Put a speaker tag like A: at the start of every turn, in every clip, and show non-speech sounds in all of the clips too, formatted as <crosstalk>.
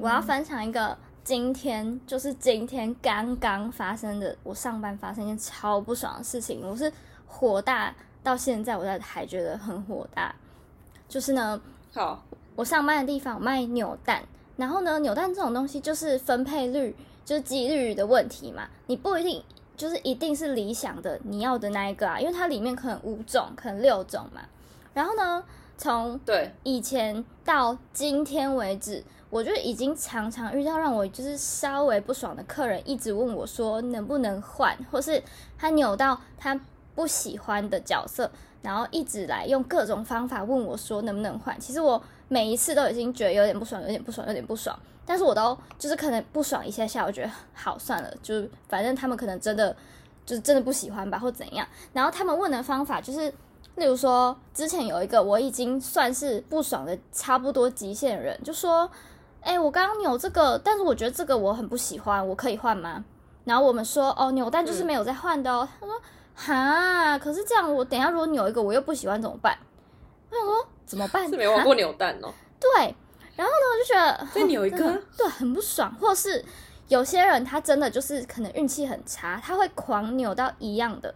A: 我要分享一个今天就是今天刚刚发生的，我上班发生一件超不爽的事情，我是火大到现在，我在还觉得很火大。就是呢，
B: 好，
A: 我上班的地方卖扭蛋，然后呢，扭蛋这种东西就是分配率，就是几率的问题嘛，你不一定就是一定是理想的你要的那一个啊，因为它里面可能五种，可能六种嘛。然后呢，从
B: 对，
A: 以前到今天为止，我就已经常常遇到让我就是稍微不爽的客人，一直问我说能不能换，或是他扭到他不喜欢的角色，然后一直来用各种方法问我说能不能换。其实我每一次都已经觉得有点不爽，有点不爽，有点不爽，但是我都就是可能不爽一下下，我觉得好算了，就是反正他们可能真的就是真的不喜欢吧，或怎样。然后他们问的方法就是。例如说，之前有一个我已经算是不爽的差不多极限人，就说：“哎、我刚刚扭这个，但是我觉得这个我很不喜欢，我可以换吗？”然后我们说：“哦，扭蛋就是没有在换的哦。他说：“哈，可是这样我等一下如果扭一个我又不喜欢怎么办？”我想说怎么办？
B: 是没玩
A: 哈
B: 过扭蛋哦，
A: 对，然后呢，我就觉
B: <laughs>
A: 得
B: 再扭
A: <laughs>
B: 一
A: 真的
B: 个，
A: 对，很不爽，或是有些人他真的就是可能运气很差，他会狂扭到一样的，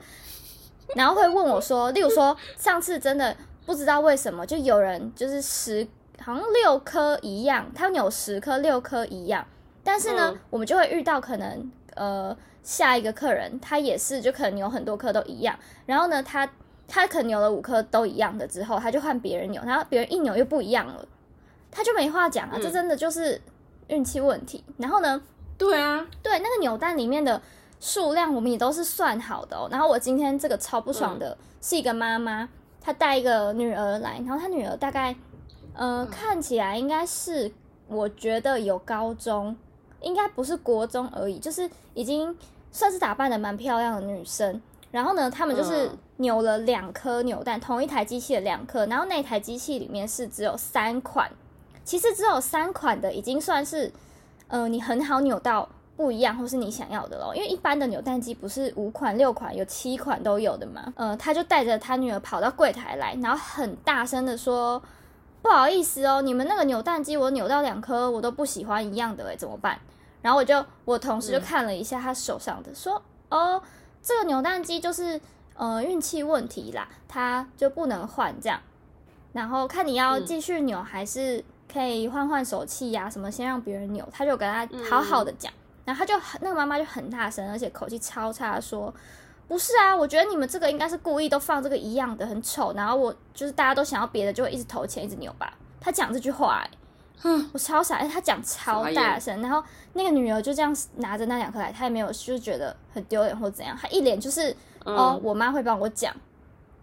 A: 然后会问我说，例如说上次真的不知道为什么，就有人就是十好像六颗一样，他扭十颗六颗一样，但是呢，
B: 嗯
A: 我们就会遇到可能呃下一个客人他也是就可能扭很多颗都一样，然后呢他。他可能扭了五颗都一样的之后，他就换别人扭，然后别人一扭又不一样了，他就没话讲啊，
B: 嗯
A: 这真的就是运气问题。然后呢，
B: 对啊，
A: 对那个扭蛋里面的数量，我们也都是算好的哦。然后我今天这个超不爽的是一个妈妈，她带一个女儿来，然后她女儿大概，呃，看起来应该是我觉得有高中，应该不是国中而已，就是已经算是打扮的蛮漂亮的女生。然后呢，他们就是
B: 嗯
A: 扭了两颗扭蛋，同一台机器的两颗，然后那台机器里面是只有三款，其实只有三款的已经算是，呃，你很好扭到不一样或是你想要的咯。因为一般的扭蛋机不是五款、六款，有七款都有的嘛。呃，他就带着他女儿跑到柜台来，然后很大声的说：“不好意思哦，你们那个扭蛋机我扭到两颗我都不喜欢一样的，欸诶，怎么办？”然后我就我同事就
B: 嗯
A: 看了一下他手上的，说：“哦，这个扭蛋机就是呃运气问题啦，它就不能换这样。然后看你要
B: 嗯
A: 继续扭、还是可以换换手气呀、什么先让别人扭。他就跟他好好的讲，然后他就很那个妈妈就很大声，而且口气超差地说。不是啊，我觉得你们这个应该是故意都放这个一样的，很丑。然后我就是大家都想要别的，就会一直投钱，一直扭吧。他讲这句话、欸，
B: 嗯
A: 我超傻，哎、他讲超大声，然后那个女儿就这样拿着那两颗来，她也没有就是觉得很丢脸或怎样，她一脸就是、哦，
B: 嗯，
A: 我妈会帮我讲，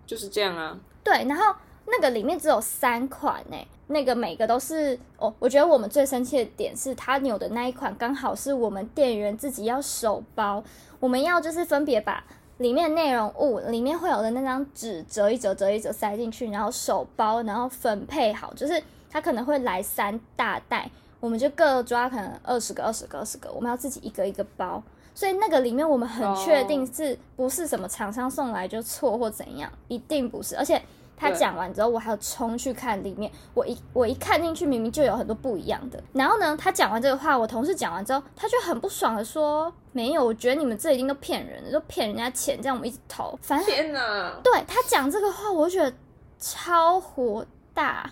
B: 就是这样啊，
A: 对，然后那个里面只有三款呢、那个每个都是哦，我觉得我们最生气的点是他扭的那一款刚好是我们店员自己要手包，我们要就是分别把里面内容物里面会有的那张纸折一折折一折塞进去，然后手包，然后分配好，就是他可能会来三大袋，我们就各抓可能二十个二十个二十个，我们要自己一个一个包。所以那个里面我们很确定
B: 哦
A: 是不是什么厂商送来就错或怎样，一定不是。而且他
B: 对
A: 讲完之后，我还要冲去看里面，我一我一看进去，明明就有很多不一样的。然后呢，他讲完这个话，我同事讲完之后，他就很不爽的说：“没有，我觉得你们这一定都骗人的，都骗人家钱，这样我们一直投。”反正
B: 天哪，
A: 啊对他讲这个话，我就觉得超火大，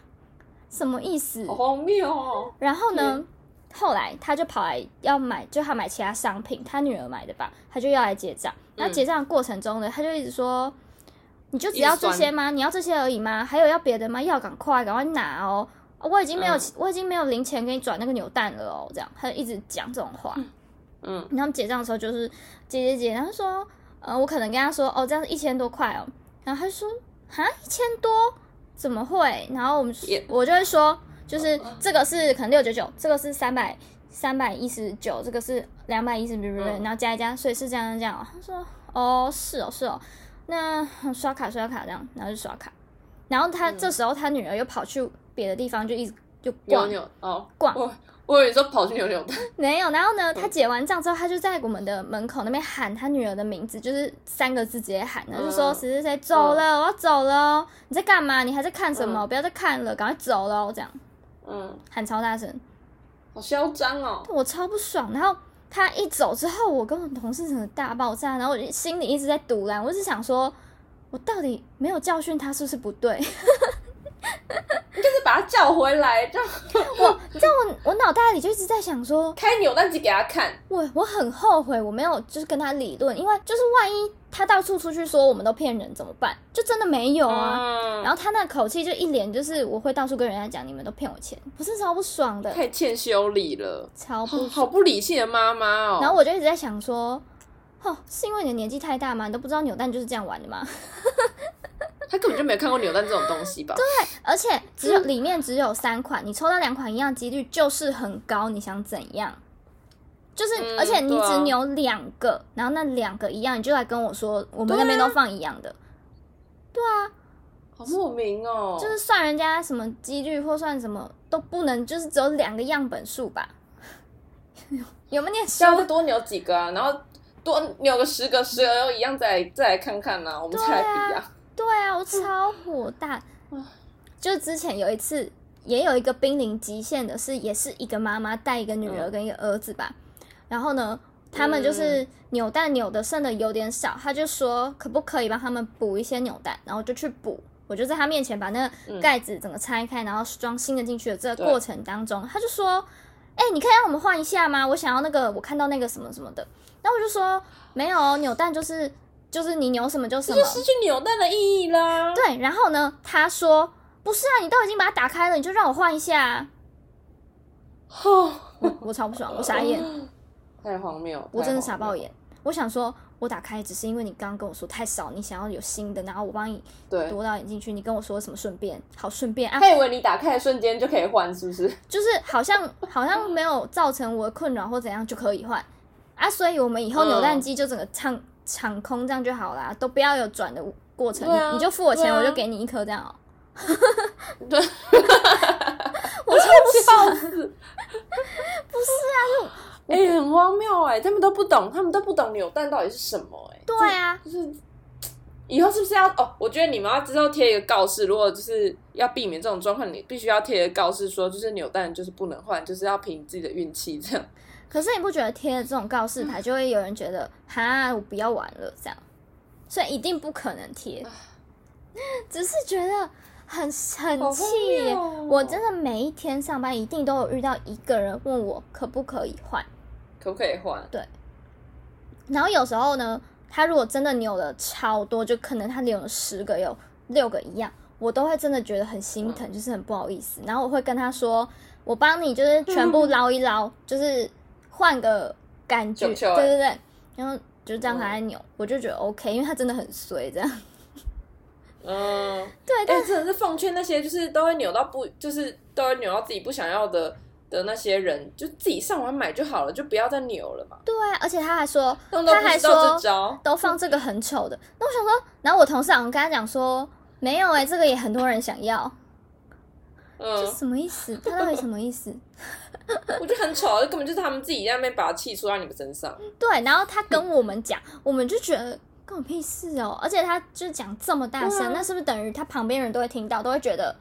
A: 什么意思？
B: 好荒谬哦，
A: 然后呢，后来他就跑来要买，就他买其他商品，他女儿买的吧，他就要来结账。那
B: 嗯
A: 结账的过程中呢，他就一直说：“你就只要这些吗？你要这些而已吗？还有要别的吗？要赶快，赶快拿哦！我已经没有，
B: 嗯
A: 我已经没有零钱给你转那个扭蛋了哦。”这样，他就一直讲这种话。
B: 嗯，
A: 然后结账的时候就是结结结，然后说，呃，我可能跟他说，哦，这样一千多块哦，然后他就说，啊，一千多怎么会？然后我们
B: 也
A: 我就会说，就是这个是可能六九九，这个是三百三百一十九，这个是两百一
B: 嗯
A: 十，然后加一加，所以是这样这样哦。他说，哦，是哦是哦，那刷卡刷卡这样，然后就刷卡。然后他、这时候他女儿又跑去别的地方，就一直就
B: 嗯扭
A: 逛，
B: 扭哦，
A: 逛
B: 我我以为你说跑去扭扭蛋，
A: 没有。然后
B: 嗯
A: 呢，他结完账之后，他就在我们的门口那边喊他女儿的名字，就是三个字直接喊，他就说
B: 嗯
A: 谁谁谁走了，我要走了哦，你在干嘛？你还在看什么？
B: 嗯
A: 不要再看了，赶快走了哦，这样
B: 嗯，
A: 喊超大声。
B: 好嚣张哦，
A: 我超不爽。然后他一走之后，我跟我同事整个大爆炸，然后我就心里一直在堵拦，我只想说，我到底没有教训他是不是不对？ <laughs>
B: 就是把他叫回来，让
A: 我你知道我我脑袋里就一直在想说，
B: 开扭蛋机给他看，
A: 我我很后悔我没有就是跟他理论，因为就是万一他到处出去说我们都骗人怎么办？就真的没有啊。
B: 嗯
A: 然后他那口气就一脸就是我会到处跟人家讲你们都骗我钱，我是超不爽的，
B: 太欠修理了，
A: 超不
B: 好
A: 爽。
B: 好不理性的妈妈哦，
A: 哦然后我就一直在想说，哦，是因为你的年纪太大吗？你都不知道扭蛋就是这样玩的吗？ <laughs>
B: 他根本就没有看过扭蛋这种东
A: <laughs>
B: 西吧？对，
A: 而且只有里面只有三款，你抽到两款一样几率就是很高，你想怎样？就是，
B: 嗯
A: 而且你
B: 对
A: 只
B: 啊
A: 扭两个，然后那两个一样，你就来跟我说，我们那边都
B: 啊
A: 放一样的，
B: 好莫名哦，
A: 就是算人家什么几率或算什么都不能，就是只有两个样本数吧？ <laughs> 有没有念书？
B: 下次多扭几个啊，然后多扭个十个，十个又一样再来再来看看呐、我们再来比啊。
A: 对啊，我超火大。就之前有一次，也有一个濒临极限的是，也是一个妈妈带一个女儿跟一个儿子吧。然后呢，他们就是扭蛋扭的剩的有点少，他就说可不可以帮他们补一些扭蛋，然后就去补。我就在他面前把那个
B: 嗯
A: 盖子整个拆开，然后装新的进去的这个
B: 对
A: 过程当中，他就说：“哎、你可以让我们换一下吗？我想要那个，我看到那个什么什么的。”然后我就说：“没有哦，扭蛋就是就是你扭什么就什
B: 这
A: 么。”
B: 就失去扭蛋的意义啦。
A: 对，然后呢，他说不是啊，你都已经把它打开了，你就让我换一下、啊。
B: 哦，
A: 我我超不爽，我傻眼，
B: 太荒谬！
A: 我真的
B: 哦太
A: 傻
B: 荒谬
A: 爆。眼。我想说，我打开只是因为你刚刚跟我说太少，你想要有新的，然后我帮你
B: 对，
A: 夺到眼镜去，你跟我说什么顺便，好顺便啊，
B: 他以为你打开的瞬间就可以换，是不
A: <laughs>
B: 是？
A: 就是好像好像没有造成我的困扰或怎样就可以换啊，所以我们以后扭
B: 嗯
A: 蛋机就整个场场空这样就好啦，都不要有转的过程，
B: 对啊
A: 你你就付我
B: 对
A: 钱，
B: 啊
A: 我就给你一颗这样哦、
B: 对，
A: 我超不爽。
B: 笑死！不是啊，就哎、很荒谬哎、他们都不懂，他们都不懂扭蛋到底是什么哎、
A: 对啊，
B: 就是以后是不是要哦？我觉得你们要之后贴一个告示，如果就是要避免这种状况，你必须要贴一个告示说，就是扭蛋就是不能换，就是要凭自己的运气这样。
A: 可是你不觉得贴了这种告
B: 嗯
A: 示牌，就会有人觉得哈，我不要玩了这样，所以一定不可能贴。 <laughs> 只是觉得很很气耶，
B: 好荒谬哦
A: 我真的每一天上班一定都有遇到一个人问我可不可以换，
B: 可不可以换？
A: 然后有时候呢，他如果真的扭了超多，就可能他扭了十个有六个一样，我都会真的觉得很心
B: 嗯
A: 疼，就是很不好意思。然后我会跟他说，我帮你就是全部捞一捞，就是换个感觉，
B: 球球欸
A: 对对对。然后就这样他在扭，我就觉得 OK，因为他真的很衰
B: <laughs>
A: 这样。
B: 嗯，
A: 对，
B: 哎、
A: 但
B: 真的是奉劝那些就是都会扭到不，就是都会扭到自己不想要的的那些人，就自己上网买就好了，就不要再扭了嘛。
A: 对啊，而且他还说，
B: 他们都
A: 他
B: 不
A: 还
B: 知道
A: 说
B: 这招，
A: 都放这个很丑的。那我想说，然后我同事好像跟他讲说，没有哎、这个也很多人想要，这
B: 嗯，
A: 什么意思？他到底什么意思？
B: 我觉得很丑，根本就是他们自己在那边把气出到你们身上。
A: 对，然后他跟我们讲，
B: 嗯
A: 我们就觉得关我屁事哦，而且他就讲这么大声，
B: 对啊
A: 那是不是等于他旁边人都会听到，都会觉得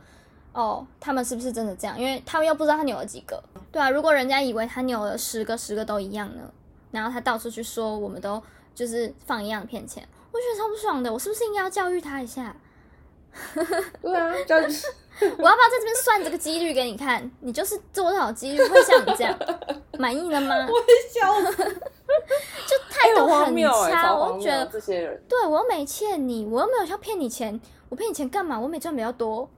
A: 哦，他们是不是真的这样？因为他们又不知道他扭了几个，对啊，如果人家以为他扭了十个，十个都一样呢，然后他到处去说我们都就是放一样的骗钱，我觉得超不爽的，我是不是应该要教育他一
B: <laughs>
A: 下？
B: 对啊，
A: <laughs>
B: 叫
A: 我要不要在这边算这个几率给你看？你就是多少几率会像你这样，
B: <laughs>
A: 满意了吗？
B: 笑死，
A: 就态度
B: 很荒
A: 很
B: 谬哎、
A: 差，
B: 超
A: 我
B: 荒
A: 就
B: 谬
A: 觉得
B: 这些人。
A: 对我又没欠你，我又没有要骗你钱，我骗你钱干嘛？我每赚比较多。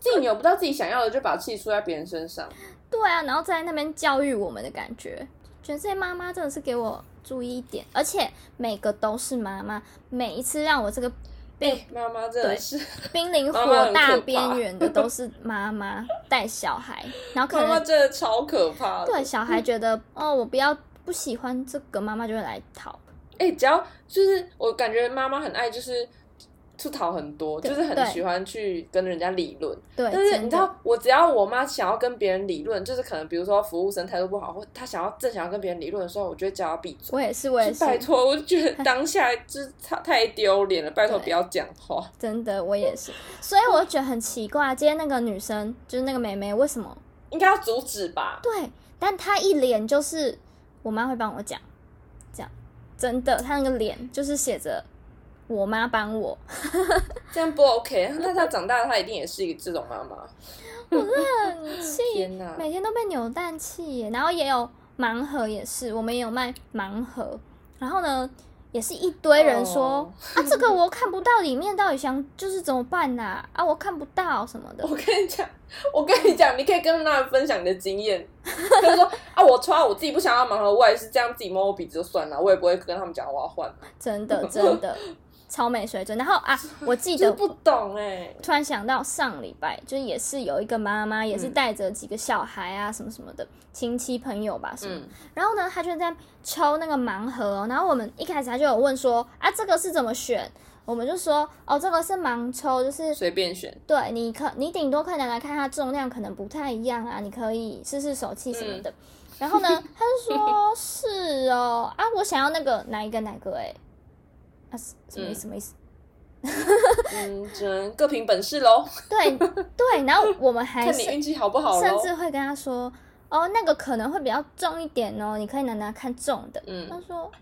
B: 自己扭不到自己想要的，就把气出在别人身上。
A: 对啊，然后在那边教育我们的感觉，觉得这些妈妈真的是给我注意一点，而且每个都是妈妈，每一次让我这个
B: 哎，妈妈真的是， <laughs>
A: 濒临
B: 妈妈
A: 火
B: 很
A: 大
B: 可怕
A: 边缘的都是妈妈带小孩，然后可
B: 妈妈
A: 能
B: 真的超可怕的。
A: 对小孩觉得哦，我不要不喜欢这个，妈妈就会来讨。
B: 哎、只要就是我感觉妈妈很爱，就是吐槽很多，
A: 对
B: 就是很
A: 对
B: 喜欢去跟人家理论。
A: 对，
B: 但是
A: 真
B: 你知
A: 的
B: 道，我只要我妈想要跟别人理论，就是可能比如说服务生态度不好，或她想要正想要跟别人理论的时候，我就会叫她闭嘴。
A: 我也是，我也，
B: 就是拜托，我就觉
A: <laughs>
B: 得当下就是太太丢脸了，拜托
A: 对
B: 不要讲话。
A: 真的我也是，所以我就觉得很奇怪，今天那个女生就是那个妹妹，为什么？
B: 应该要阻止吧？
A: 对，但她一脸就是我妈会帮我讲，这样真的，她那个脸就是写着我妈帮我，
B: 这样不 OK。那她长大，她一定也是一个这种妈妈。
A: 很气，
B: <laughs> 天哪！
A: <laughs> 每天都被扭蛋气耶，然后也有盲盒，也是我们也有卖盲盒，然后呢，也是一堆人说、
B: 哦
A: 啊，这个我看不到里面到底想就是怎么办呐、啊？我看不到什么的，
B: 我跟你讲， <laughs> 我跟你讲，你可以跟他们分享你的经验。 <laughs> 就是说啊，我抽到我自己不想要盲盒，我也是这样自己摸摸鼻子就算了，我也不会跟他们讲我要换，
A: 真的真的超没水准。然后啊，我记
B: 就是
A: 得
B: 不懂哎、
A: 突然想到上礼拜，就是也是有一个妈妈，也是
B: 嗯
A: 带着几个小孩啊，什么什么的亲戚朋友吧，
B: 嗯
A: 什么的。，然后呢，他就在抽那个盲盒哦、然后我们一开始他就有问说啊，这个是怎么选？我们就说哦，这个是盲抽，就是
B: 随便选。
A: 对你可你顶多可以拿来看它重量可能不太一样啊，你可以试试手气什么
B: 嗯
A: 的。然后呢，他就说是哦啊，我想要那个哪一个哪一个哎、欸，啊什什么意思？什么意思？
B: 嗯，只能各凭本事喽，
A: 对对，然后我们还
B: <laughs> 看你
A: 是
B: 运气好不好
A: 甚
B: 喽。
A: 至会跟他说哦，那个可能会比较重一点哦，你可以拿拿看重的。他
B: 嗯，
A: 说：“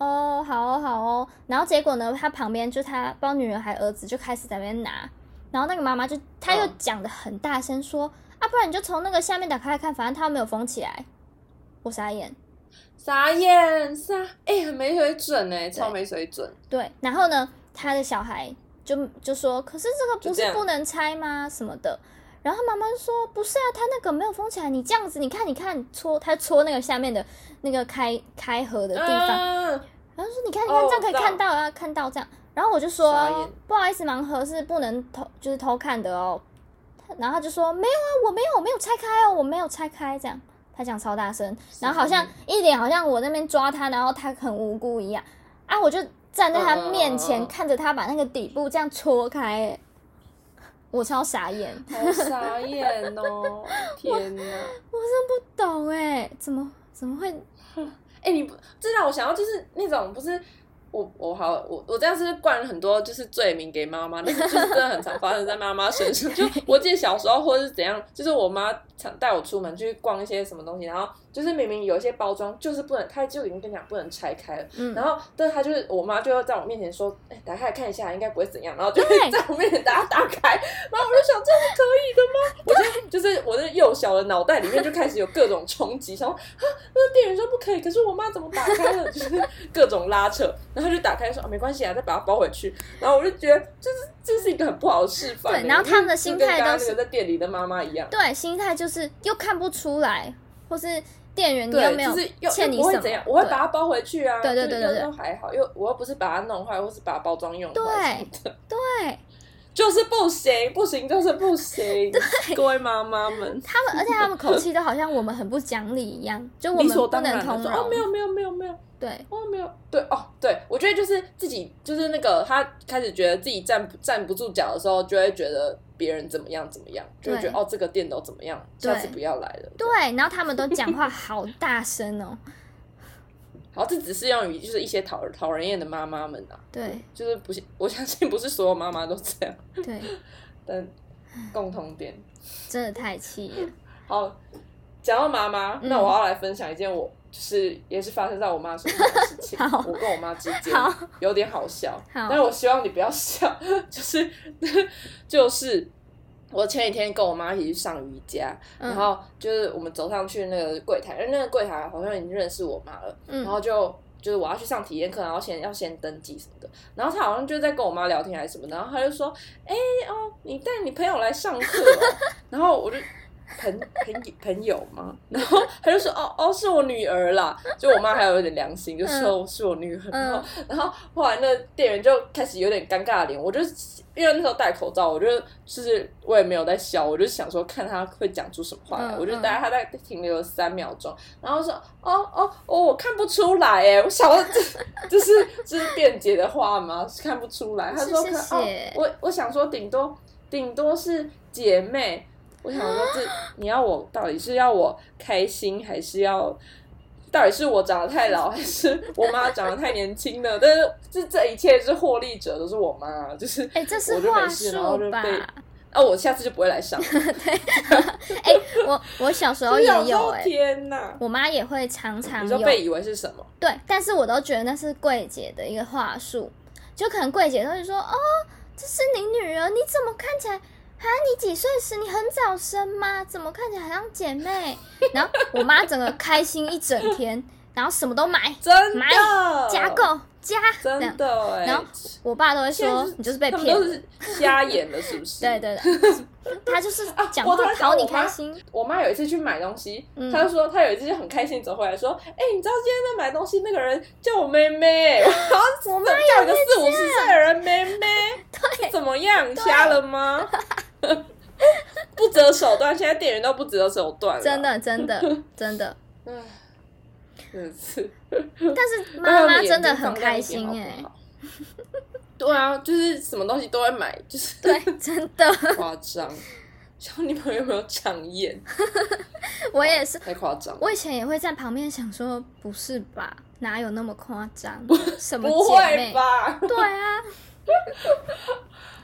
A: 哦，好哦，好哦。”然后结果呢，他旁边就他不知道女儿还儿子就开始在那边拿，然后那个妈妈就她又
B: 嗯
A: 讲的很大声说：“啊，不然你就从那个下面打开来看，反正它没有封起来。”我傻眼。
B: 傻眼傻，哎、很没水准哎、超
A: 对
B: 没水准。
A: 对，然后呢，他的小孩就就说：“可是这个
B: 就
A: 不
B: 这
A: 是
B: 样
A: 不能拆吗？什么的。”然后妈妈就说：“不是啊，他那个没有封起来，你这样子，你看，你看，戳他戳那个下面的那个开开合的地方，
B: 啊，
A: 然后说你看你看
B: 哦
A: 这样可以
B: 我知道
A: 看到啊，看到这样。然后我就
B: 傻
A: 说
B: 眼
A: 不好意思，盲盒是不能偷，就是偷看的哦。他然后他就说没有啊，我没有，我没有拆开哦，我没有拆开这样。他讲超大声，然后好像一脸好像我那边抓他，然后他很无辜一样啊，我就站在他面前、
B: 嗯嗯嗯嗯
A: 看着他把那个底部这样戳开、欸我超傻眼，
B: 好傻眼
A: <laughs>
B: 哦！天哪！
A: 不懂哎、
B: 欸
A: 怎么怎么会？
B: 哎、你不这让我想到就是那种不是我我好我我这样是不是灌了很多就是罪名给妈妈，那个就是真的很常发生在妈妈身上。就我记得小时候或者是怎样，就是我妈常带我出门去逛一些什么东西，然后就是明明有一些包装就是不能，她就已经跟你讲不能拆开了，
A: 嗯，
B: 然后但是她就是我妈就会在我面前说，哎、打开来看一下，应该不会怎样，然后就会
A: 对
B: 在我面前打打开，然后我就想这样是可以的吗？我就就是我的幼小的脑袋里面就开始有各种冲击， <laughs> 想说啊，那个店员说不可以，可是我妈怎么打开了？ <laughs> 就是各种拉扯， <laughs> 然后就打开说、啊、没关系啊，再把它包回去。然后我就觉得就是这是一个很不好的示范欸。
A: 对然后他们的心态
B: 就跟刚
A: 都
B: 刚
A: 是
B: 那个在店里的妈妈一样，
A: 对，心态就是又看不出来，或是店员你
B: 对，
A: 又没有
B: 就是又
A: 欠
B: 又
A: 你
B: 不
A: 什
B: 会
A: 么，
B: 怎样，我会
A: 对
B: 把它包回去啊。
A: 对对
B: 就
A: 对
B: 又
A: 对对
B: 又还好，又我又不是把它弄坏，或是把它包装用坏
A: 对
B: 什么的，
A: 对
B: 就是不行，不行，就是不行。各位妈妈们。
A: 他们，而且他们口气都好像我们很不讲理一
B: <laughs>
A: 样，就我
B: 理
A: 们
B: 所
A: 不
B: 当然
A: 能
B: 的
A: 通
B: 说
A: 融。
B: 哦，没有没有没有没有
A: 对
B: 哦没有，对哦对，我觉得就是自己就是那个他开始觉得自己站不站不住脚的时候，就会觉得别人怎么样怎么样，就会觉得
A: 对
B: 哦这个店都怎么样，
A: 对
B: 下次不要来了。
A: 对，然后他们都讲话好大声哦，
B: 好，这只适用于就是一些讨讨人厌的妈妈们啊，
A: 对
B: 就是不是我相信不是所有妈妈都这样，
A: 对，
B: 但共同点
A: 真的太气了。
B: 好。讲到妈妈，那
A: 嗯
B: 我要来分享一件我、就是也是发生在我妈身上的事
A: <laughs>
B: 情
A: 好，
B: 我跟我妈之间
A: 好
B: 有点好笑。
A: 好
B: <laughs> 但，是我希望你不要笑， <laughs> 就是就是我前几天跟我妈一起去上瑜伽，然
A: 嗯
B: 后就是我们走上去那个柜台，因为那个柜台好像已经认识我妈了，然
A: 嗯
B: 后就。就是我要去上体验课，然后先要先登记什么的，然后她好像就在跟我妈聊 <laughs> 天还是什么，然后她就说：“哎、哦，你带你朋友来上课、哦。”然后我就朋朋朋友吗？ <laughs> 然后他就说哦哦是我女儿啦，就我妈还有点良心，就
A: 嗯
B: 说是我女儿。 <laughs> 然后然后后来那店员就开始有点尴尬的脸，我就因为那时候戴口罩，我就就是我也没有在笑，我就想说看他会讲出什么话来，
A: 嗯
B: 我就
A: 嗯
B: 大概他在停留了三秒钟，然后说哦哦哦我看不出来哎，我想说 <laughs> 这这是这是辩解的话吗？是看不出来，他
A: 是
B: 说
A: 谢
B: 可
A: 谢
B: 哦我我想说顶多顶多是姐妹。我想说这， <gasps> 你要我到底是要我开心，还是要到底是我长得太老，还是我妈长得太年轻呢？ <laughs> 但是这这一切是获利者，都是我妈，就是
A: 哎、这是
B: 我就没
A: 话
B: 事，然后
A: 术
B: 就
A: 吧？
B: 被。哦，我下次就不会来上。
A: 哎、我 <laughs> 我小时候也
B: <laughs> 我想
A: 有
B: 说
A: 哎、
B: 天哪！
A: 我妈也会常常
B: 你
A: 有
B: 说被以为是什么？
A: 对，但是我都觉得那是柜姐的一个话术，就可能柜姐都会说：“哦，这是你女儿，你怎么看起来啊？你几岁时？你很早生吗？怎么看起来好像姐妹？” <laughs> 然后我妈整个开心一整天，然后什么都买，
B: 真
A: 买
B: 的
A: 加购加这
B: 真
A: 样。
B: 的哎、
A: 然后我爸都会
B: 现在
A: 说：“你就是被
B: 他们
A: 骗
B: 都
A: 了。
B: 是瞎演的，是不
A: <laughs>
B: 是？
A: 对对对，
B: <laughs>
A: 他就是讲
B: 啊
A: 话
B: 我突然想
A: 讨
B: 到
A: 你
B: 我妈
A: 开心，
B: 我妈有一次去买东西，
A: 嗯
B: 她就说她有一次就很开心走回来说：“哎、你知道今天在买东西那个人叫我
A: <laughs>
B: 妹妹，然后怎么叫一个四五十岁的人妹妹？
A: 对，
B: 怎么样？瞎了吗？”
A: 啊
B: 不择手段，现在店员都不择手段了，
A: 真。的真的真
B: <laughs>
A: 的。
B: 唉，真的是。
A: 但是妈妈真的
B: 不然
A: 很
B: 我们眼睛放大
A: 开
B: 一点
A: 心
B: 好不
A: 哎、
B: 好对啊，就是什么东西都会买，就是
A: 对，啊真的， <laughs>
B: 夸张。像你们有没有长眼？
A: 我也是，
B: 太夸张了。
A: 我以前也会在旁边想说，不是吧？哪有那么夸张？什么
B: 不
A: 姐
B: 会
A: 妹？
B: 吧？
A: 对啊，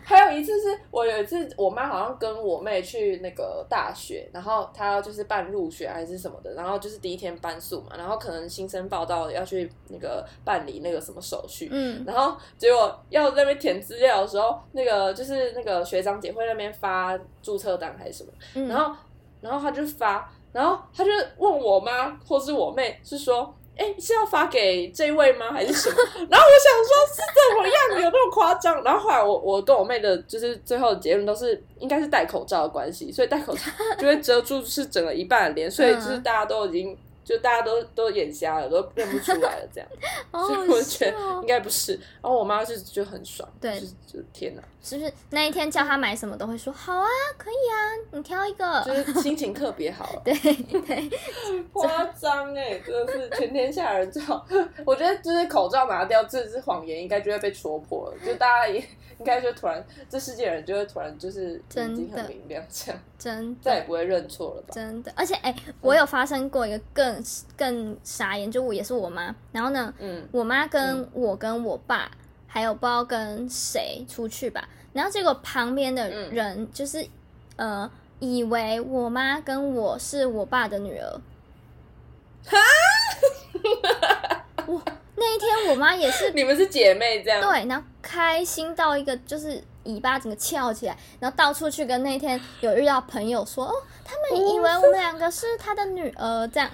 B: 还有一次是我有一次，我妈好像跟我妹去那个大学，然后她就是办入学还是什么的，然后就是第一天搬宿嘛，然后可能新生报到要去那个办理那个什么手续，
A: 嗯，
B: 然后结果要在那边填资料的时候，那个就是那个学长姐会在那边发注册单还是什么，
A: 嗯
B: 然后然后他就发，然后他就问我妈或是我妹，是说。哎、是要发给这位吗？还是什么？ <laughs> 然后我想说，是怎么样？有那么夸张？然后后来我我跟我妹的，就是最后的结论都是，应该是戴口罩的关系，所以戴
A: <laughs>
B: 口罩就会遮住是整个一半的脸，所以就是
A: 嗯
B: 大家都已经，就大家都都眼瞎了，都认不出来了，这样。
A: 好
B: 所以
A: 好
B: 我觉
A: 笑
B: 得
A: 哦
B: 应该不是。然后我妈就就很爽，
A: 对
B: 就是就天哪，
A: 是不是那一天叫他买什么都会说好啊，可以啊，你挑一
B: 就
A: 个。，
B: 是心情特别好
A: 对 <laughs> 对，
B: 夸张哎，真的是全天下人最好。 <laughs> 我觉得就是口罩拿掉，这是谎言，应该就会被戳破了，就大家也应该就突然，这世界人就会突然就是
A: 真
B: 眼睛
A: 的
B: 很明亮，这样
A: 真
B: 再也
A: 的
B: 不会认错了吧？
A: 真的，而且哎、我有发生过一个更更傻眼，就我也是我妈，然后呢，
B: 嗯，
A: 我妈跟
B: 嗯
A: 我跟我爸，还有不知道跟谁出去吧，然后结果旁边的
B: 嗯
A: 人就是、呃，以为我妈跟我是我爸的女儿。 <laughs> 我那一天我妈也
B: <laughs>
A: 是
B: 你们是姐妹这样，
A: 对，然后开心到一个就是尾巴整个翘起来，然后到处去跟那天有遇到朋友说，哦，他们以为我们两个是他的女儿这样，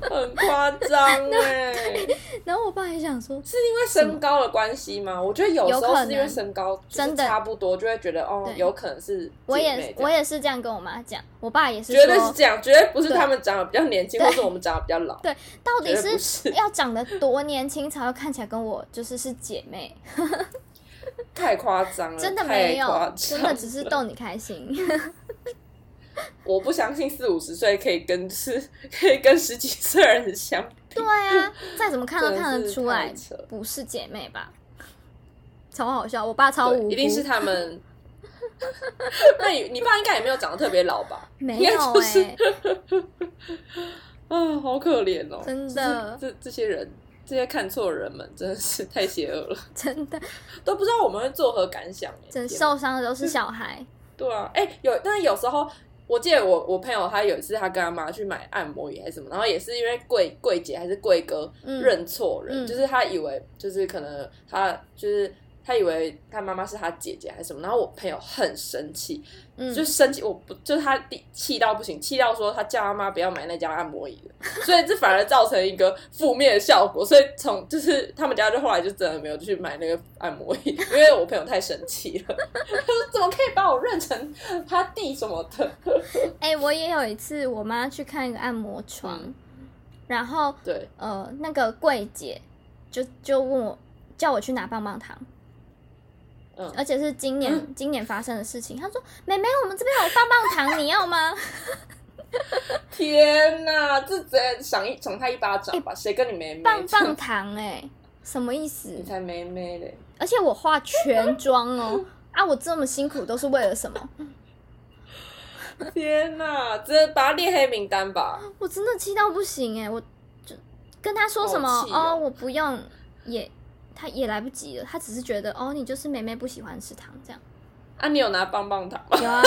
B: 很夸
A: <laughs>
B: 张哎，是
A: 然后我爸也想说，
B: 因为身高的关系吗？我觉得有时
A: 有
B: 候
A: 可
B: 是因为
A: 能
B: 身高就是
A: 真的
B: 差不多，就会觉得哦
A: 对，
B: 有可能是
A: 我
B: 姐妹
A: 也
B: 这样
A: 我也是这样跟我妈讲，我爸也是
B: 绝对是
A: 说，
B: 这样，绝对不是
A: 对
B: 他们长得比较年轻，
A: 对
B: 或是我们长得比较老。
A: 对，到底
B: 绝对不
A: 是
B: 是
A: 要长得多年轻才会看起来跟我就是是姐妹，
B: 太夸张了，
A: 真的
B: <laughs> 太
A: 没
B: 夸
A: 有，
B: 张
A: 真
B: 了
A: 的只是逗你开心。
B: <laughs>
A: <laughs>
B: 我不相信四五十岁可以跟是 <laughs> 可以跟十几岁的人相比
A: 对，啊，再怎么看都
B: 真的
A: 看得
B: 是
A: 出
B: 太
A: 来
B: 扯
A: 不是姐妹吧？超好笑，我爸超无
B: 对，
A: 辜，
B: 一定是他们。 <laughs> 那你你爸应该也没有长得特别老
A: <laughs>
B: 吧？
A: 没
B: 应该
A: 有
B: 就
A: 哎、
B: 是啊，好可怜哦，
A: 真的
B: 就是这这些人，这些看错人们真的是太邪恶了，
A: 真
B: <laughs>
A: 的，
B: 都不知道我们会作何感想耶。
A: 真
B: 天哪
A: 受伤的都是小孩，
B: 对啊，哎、有，但是有时候我记得我我朋友他有一次他跟他妈去买按摩椅还是什么，然后也是因为柜柜姐还是柜哥
A: 嗯
B: 认错人，
A: 嗯
B: 就是他以为就是可能他就是他以为他妈妈是他姐姐还是什么，然后我朋友很生气，
A: 嗯，
B: 就生气，我不就是他第气到不行，气到说他叫他妈不要买那家按摩椅了， <laughs> 所以这反而造成一个负面的效果，所以从就是他们家就后来就真 <laughs> 的没有去买那个按摩椅，因为我朋友太生气了，他说怎么可以把我认成他弟什么的，
A: 哎、我也有一次，我妈去看一个按摩床，
B: 嗯
A: 然后
B: <laughs> 对，
A: 呃，那个柜姐就就问我叫我去拿棒棒糖，
B: 嗯
A: 而且是今年、今年发生的事情。她说：“妹妹，我们这边有棒棒糖，你要
B: <laughs>
A: 吗
B: 天哪，这直接赏一赏他一巴掌吧，谁跟你妹妹？？”
A: 棒棒糖、哎，什么意思
B: 你？才妹妹嘞！
A: 而且我化全妆哦，啊，我这么辛苦都是为了什么？
B: 天哪，这把他列黑名单吧。
A: 我真的气到不行哎、我就跟他说什么
B: 好气
A: 哦
B: 哦
A: 我不用，也他也来不及了，他只是觉得哦，你就是妹妹不喜欢吃糖这样。
B: 啊，你有拿棒棒糖吗？
A: 有啊，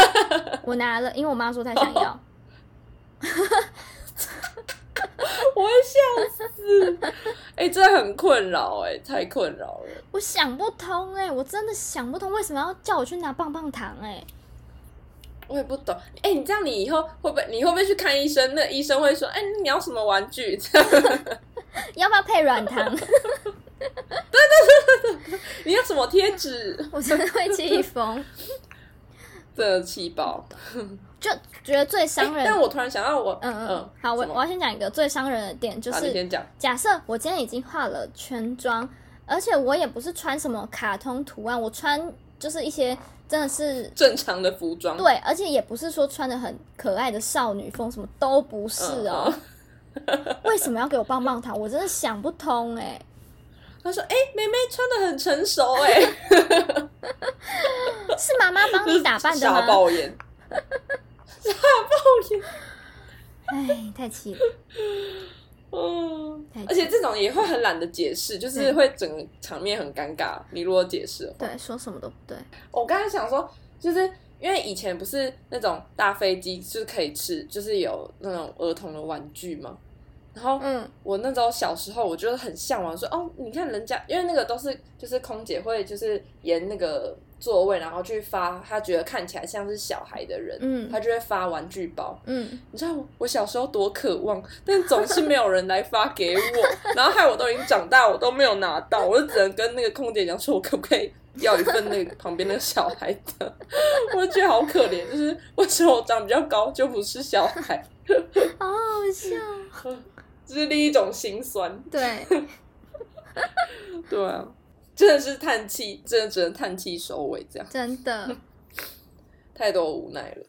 A: 我拿了，因为我妈说她想
B: <laughs>
A: 要。
B: 我会笑死！哎、真的很困扰，哎，太困扰了。
A: 我想不通哎、我真的想不通为什么要叫我去拿棒棒糖哎、
B: 我也不懂，哎、你这样你以后会不会你会不会去看医生？那医生会说，哎、你要什么玩具？这样
A: 要不要配软糖？
B: 你要什么贴纸？ <laughs>
A: <laughs> 我真的会气疯，
B: 真的气爆！
A: 就觉得最
B: 哎
A: 伤人。
B: 但我突然想到我，
A: 嗯
B: 嗯
A: 嗯，好，我
B: 什么
A: 我要先讲一个最伤人的点，就
B: 好你
A: 是
B: 先讲。
A: 假设我今天已经化了全妆，而且我也不是穿什么卡通图案，我穿就是一些真的是
B: 正常的服装，
A: 对，而且也不是说穿的很可爱的少女风，什么都不是
B: 嗯
A: 哦。为什么要给我棒棒糖？我真的想不通哎、
B: 他说：“哎、妹妹穿的很成熟、欸，
A: <laughs>
B: <laughs> 哎，
A: 是妈妈帮你打扮的
B: <laughs> 傻
A: 吗？<laughs>
B: 爆眼，
A: 哎，太气了。
B: 嗯
A: 太，
B: 而且这种也会很懒得解释，
A: 嗯
B: 就是会整个场面很尴尬。你如果解释的话，
A: 对，说什么都不对。
B: 我刚才想说，就是因为以前不是那种大飞机就是可以吃，就是有那种儿童的玩具嘛。然后
A: 嗯，
B: 我那时候小时候，我就是很向往说，哦，你看人家，因为那个都是就是空姐会就是沿那个座位，然后去发，她觉得看起来像是小孩的人，
A: 嗯
B: 她就会发玩具包。
A: 嗯，
B: 你知道我我小时候多渴望，但总是没有人来发给 <laughs> 我，然后害我都已经长大，我都没有拿到，我就只能跟那个空姐讲说，我可不可以要一份那个旁边那个小孩的？ <laughs> 我就觉得好可怜，就是为什么我长比较高就不是小孩，
A: 好好笑。
B: 这是另一种心酸。
A: 对，
B: <laughs> 对啊，真的是叹气，真的只能叹气收尾，这样
A: 真的。
B: 太多无奈了。